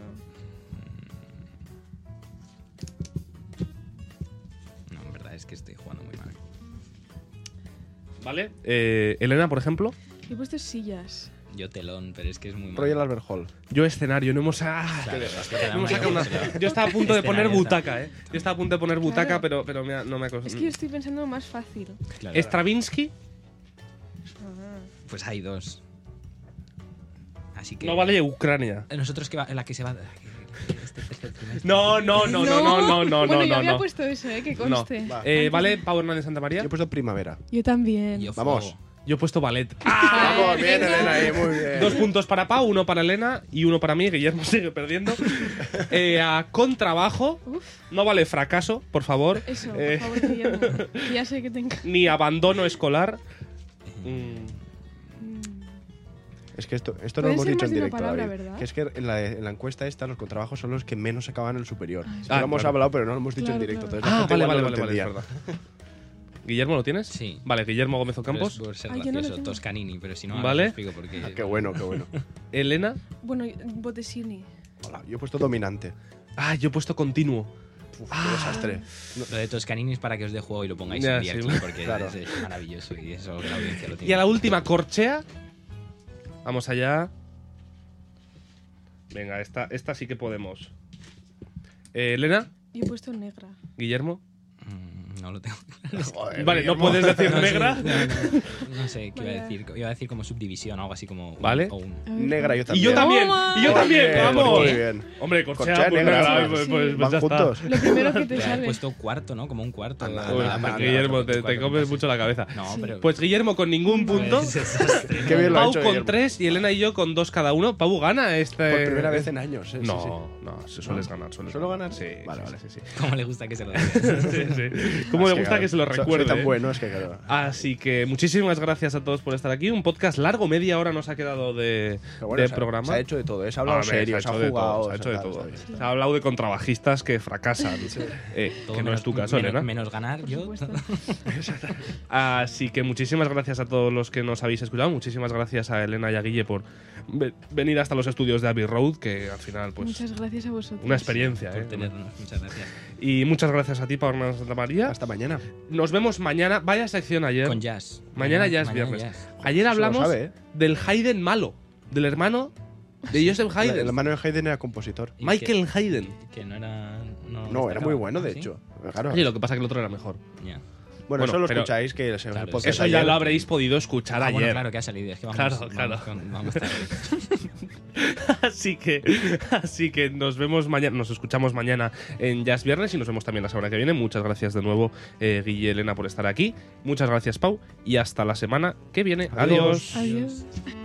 Speaker 4: No, en verdad es que estoy jugando muy mal.
Speaker 1: ¿Vale? Eh, Elena, por ejemplo.
Speaker 5: Yo he puesto sillas.
Speaker 4: Yo telón, pero es que es muy mal.
Speaker 3: Royal Albert Hall.
Speaker 1: Yo escenario, no hemos. ah,
Speaker 4: Claro, es que te da
Speaker 1: no hemos
Speaker 4: mal
Speaker 1: sacado una-
Speaker 4: gusto.
Speaker 1: Yo estaba a punto de poner
Speaker 4: Escenario, está.
Speaker 1: butaca, ¿eh? Yo estaba a punto de poner butaca,
Speaker 5: Claro.
Speaker 1: pero, pero me ha- no me ha
Speaker 5: Es que yo estoy pensando más fácil.
Speaker 4: Claro.
Speaker 1: Stravinsky.
Speaker 5: Ah.
Speaker 4: Pues hay dos. Así que.
Speaker 1: No vale Ucrania.
Speaker 4: Nosotros que va, la que se va. la que- Este tercer trimestre.
Speaker 1: No, no, no, no, no, no, no,
Speaker 5: bueno,
Speaker 1: no,
Speaker 5: yo
Speaker 1: no.
Speaker 5: había
Speaker 1: no.
Speaker 5: puesto eso, eh, que
Speaker 1: No.
Speaker 5: conste.
Speaker 3: Va.
Speaker 1: Eh, ¿Vale Pau Hernández Santa
Speaker 3: Yo
Speaker 1: María?
Speaker 3: he puesto primavera.
Speaker 5: Yo también.
Speaker 4: Yo
Speaker 3: Vamos.
Speaker 4: fuego.
Speaker 1: Yo he puesto ballet. Ah,
Speaker 3: Vamos, bien, Elena, ahí, muy bien.
Speaker 1: Dos puntos para Pau, uno para Elena y uno para mí. Guillermo [LAUGHS] sigue perdiendo. Eh, a contrabajo.
Speaker 5: Uf,
Speaker 1: No vale fracaso, por favor.
Speaker 5: eso,
Speaker 1: Eh,
Speaker 5: por favor, Guillermo.
Speaker 1: [LAUGHS]
Speaker 5: que ya sé que te encanta.
Speaker 1: Ni abandono escolar. Mm,
Speaker 3: Es que esto, esto no
Speaker 5: Puede
Speaker 3: lo hemos
Speaker 5: ser
Speaker 3: dicho
Speaker 5: más
Speaker 3: en
Speaker 5: de una
Speaker 3: directo,
Speaker 5: palabra,
Speaker 3: David.
Speaker 5: ¿verdad?
Speaker 3: Que es que en la, en la encuesta esta los contrabajos son los que menos sacaban en el superior.
Speaker 5: Ah,
Speaker 3: Sí,
Speaker 1: Ah,
Speaker 3: lo hemos
Speaker 1: claro.
Speaker 3: hablado, pero no lo hemos dicho
Speaker 5: Claro,
Speaker 3: en directo.
Speaker 5: claro.
Speaker 3: entonces la
Speaker 1: Ah,
Speaker 3: gente
Speaker 1: vale,
Speaker 3: igual
Speaker 1: vale,
Speaker 3: no
Speaker 1: vale,
Speaker 3: lo
Speaker 1: vale, es
Speaker 3: entendía.
Speaker 1: verdad.
Speaker 3: [LAUGHS]
Speaker 1: Guillermo, ¿lo tienes?
Speaker 4: Sí.
Speaker 1: Vale, Guillermo Gómez Ocampos.
Speaker 4: Pero es Por ser
Speaker 5: Ay, yo no lo
Speaker 4: gracioso,
Speaker 5: tengo.
Speaker 4: Toscanini, pero si no,
Speaker 1: Vale.
Speaker 4: vale. explico porque.
Speaker 3: Ah, Qué bueno, qué bueno.
Speaker 1: Elena.
Speaker 5: Bueno, mm, Botesini.
Speaker 3: Hola, yo he puesto dominante.
Speaker 1: Ah, yo he puesto continuo.
Speaker 3: Uf,
Speaker 1: ah.
Speaker 3: qué desastre.
Speaker 4: Lo de Toscanini es para que os dé juego y lo pongáis
Speaker 1: Ya,
Speaker 4: en día
Speaker 1: sí.
Speaker 4: aquí, porque
Speaker 3: Claro.
Speaker 4: es, es maravilloso y es algo que la audiencia lo tiene.
Speaker 1: Y a la última, corchea. Vamos allá. Venga, esta, esta sí que podemos. Eh, Elena,
Speaker 5: Yo he puesto negra.
Speaker 1: Guillermo.
Speaker 4: Mm, No
Speaker 1: [LAUGHS]
Speaker 4: lo tengo.
Speaker 3: Joder,
Speaker 1: vale, no
Speaker 3: Guillermo.
Speaker 1: puedes
Speaker 3: [LAUGHS]
Speaker 1: decir
Speaker 4: No, sí,
Speaker 1: negra.
Speaker 4: no, no, no sé qué iba
Speaker 5: Vaya.
Speaker 4: a decir. Iba a decir como subdivisión o algo así como. un-
Speaker 1: Vale.
Speaker 4: o un-
Speaker 5: A ver,
Speaker 3: Negra yo
Speaker 1: Y
Speaker 3: también.
Speaker 1: yo también.
Speaker 5: Toma.
Speaker 1: Y yo también,
Speaker 3: Muy bien,
Speaker 1: vamos.
Speaker 3: Muy bien.
Speaker 1: Hombre, corchea,
Speaker 3: Corchea
Speaker 1: pues,
Speaker 3: negra,
Speaker 1: negra,
Speaker 3: sí.
Speaker 1: pues, pues,
Speaker 5: Sí.
Speaker 1: pues ya
Speaker 3: Van juntos.
Speaker 5: Lo primero
Speaker 4: [LAUGHS]
Speaker 5: que te
Speaker 4: Pero has
Speaker 5: sale.
Speaker 4: puesto cuarto, ¿no? Como un cuarto.
Speaker 3: Anda,
Speaker 4: la-
Speaker 1: está. Uy, [LAUGHS]
Speaker 4: la partida,
Speaker 1: Guillermo, te, te
Speaker 4: 44
Speaker 1: comes
Speaker 4: puntos.
Speaker 1: mucho la cabeza.
Speaker 4: No, Pues,
Speaker 5: Sí.
Speaker 4: pero.
Speaker 1: Pues Guillermo con ningún
Speaker 4: [LAUGHS]
Speaker 1: punto.
Speaker 4: Es desastre.
Speaker 3: Qué bien lo ha
Speaker 1: Pau
Speaker 3: hecho
Speaker 1: con
Speaker 3: Guillermo.
Speaker 1: tres y Elena y yo con dos cada uno. Pau gana este.
Speaker 3: Por primera vez en años. eh, sí,
Speaker 1: No,
Speaker 3: sí.
Speaker 1: no, si sueles ganar. Sueles
Speaker 3: ¿Suelo ganar?
Speaker 1: Sí,
Speaker 3: Vale,
Speaker 1: sí,
Speaker 3: vale. Ah,
Speaker 1: sí, sí, sí.
Speaker 4: ¿Cómo le gusta que se lo diga?
Speaker 1: [LAUGHS] Sí, sí. Cómo
Speaker 3: Es
Speaker 1: me gusta
Speaker 3: claro,
Speaker 1: que se lo
Speaker 3: soy-
Speaker 1: recuerde.
Speaker 3: Soy
Speaker 1: eh.
Speaker 3: tan bueno, es que claro.
Speaker 1: Así que muchísimas gracias a todos por estar aquí. Un podcast largo, media hora nos ha quedado de,
Speaker 3: Pero bueno,
Speaker 1: de
Speaker 3: se ha-
Speaker 1: programa.
Speaker 3: Se ha hecho de todo, ¿eh? se
Speaker 1: Ah,
Speaker 3: ha hablado
Speaker 1: hombre,
Speaker 3: serio, se ha
Speaker 1: hecho de
Speaker 3: jugado.
Speaker 1: todo, se ha hecho de
Speaker 3: tal,
Speaker 1: todo.
Speaker 3: está bien.
Speaker 1: Se ha hablado de contrabajistas que fracasan, eh, que
Speaker 4: Todo
Speaker 1: no
Speaker 4: menos-
Speaker 1: es tu caso,
Speaker 4: menos,
Speaker 1: Elena.
Speaker 4: Menos ganar,
Speaker 5: Por
Speaker 4: yo. [LAUGHS]
Speaker 5: supuesto. [LAUGHS]
Speaker 1: Así que muchísimas gracias a todos los que nos habéis escuchado. Muchísimas gracias a Elena y a Guille por ve- venir hasta los estudios de Abbey Road, que al final, [LAUGHS] pues,
Speaker 5: Muchas gracias a vosotros.
Speaker 1: una experiencia.
Speaker 4: Por
Speaker 1: ¿eh?
Speaker 4: tenernos, muchas gracias.
Speaker 1: Y muchas gracias a ti, Pablo Hernández Santa María.
Speaker 3: Hasta mañana.
Speaker 1: Nos vemos mañana. Vaya sección ayer.
Speaker 4: Con jazz.
Speaker 1: Mañana ya es viernes.
Speaker 4: jazz.
Speaker 1: Ayer
Speaker 3: Eso lo
Speaker 1: hablamos
Speaker 3: sabe, ¿eh?
Speaker 1: del Haydn malo, del hermano de Joseph
Speaker 3: El
Speaker 1: Haydn,
Speaker 3: hermano de Hayden era compositor.
Speaker 4: Y
Speaker 1: Michael Haydn.
Speaker 4: Que no era. No,
Speaker 3: No, era
Speaker 1: ¿Ah,
Speaker 3: muy
Speaker 4: destacaba. ¿Ah,
Speaker 3: bueno, de
Speaker 4: ¿Sí?
Speaker 3: hecho. Claro.
Speaker 1: Oye, lo que pasa es que el otro era mejor.
Speaker 4: Ya.
Speaker 3: Bueno, eso
Speaker 1: Bueno,
Speaker 3: lo
Speaker 1: pero-
Speaker 3: escucháis que se os
Speaker 4: Claro,
Speaker 3: el podcast
Speaker 1: Eso
Speaker 3: ayer.
Speaker 1: ya lo habréis podido escuchar
Speaker 4: Ah,
Speaker 1: ayer.
Speaker 4: bueno, claro que ha salido. Es que vamos,
Speaker 1: Claro,
Speaker 4: vamos
Speaker 1: claro.
Speaker 4: con- vamos tarde.
Speaker 1: [LAUGHS] Así que, así que nos vemos mañana, nos escuchamos mañana en Jazz Viernes y nos vemos también la semana que viene. Muchas gracias de nuevo, eh, Guille y Elena, por estar aquí. Muchas gracias, Pau, y hasta la semana que viene.
Speaker 3: Adiós.
Speaker 1: Adiós.
Speaker 5: Adiós.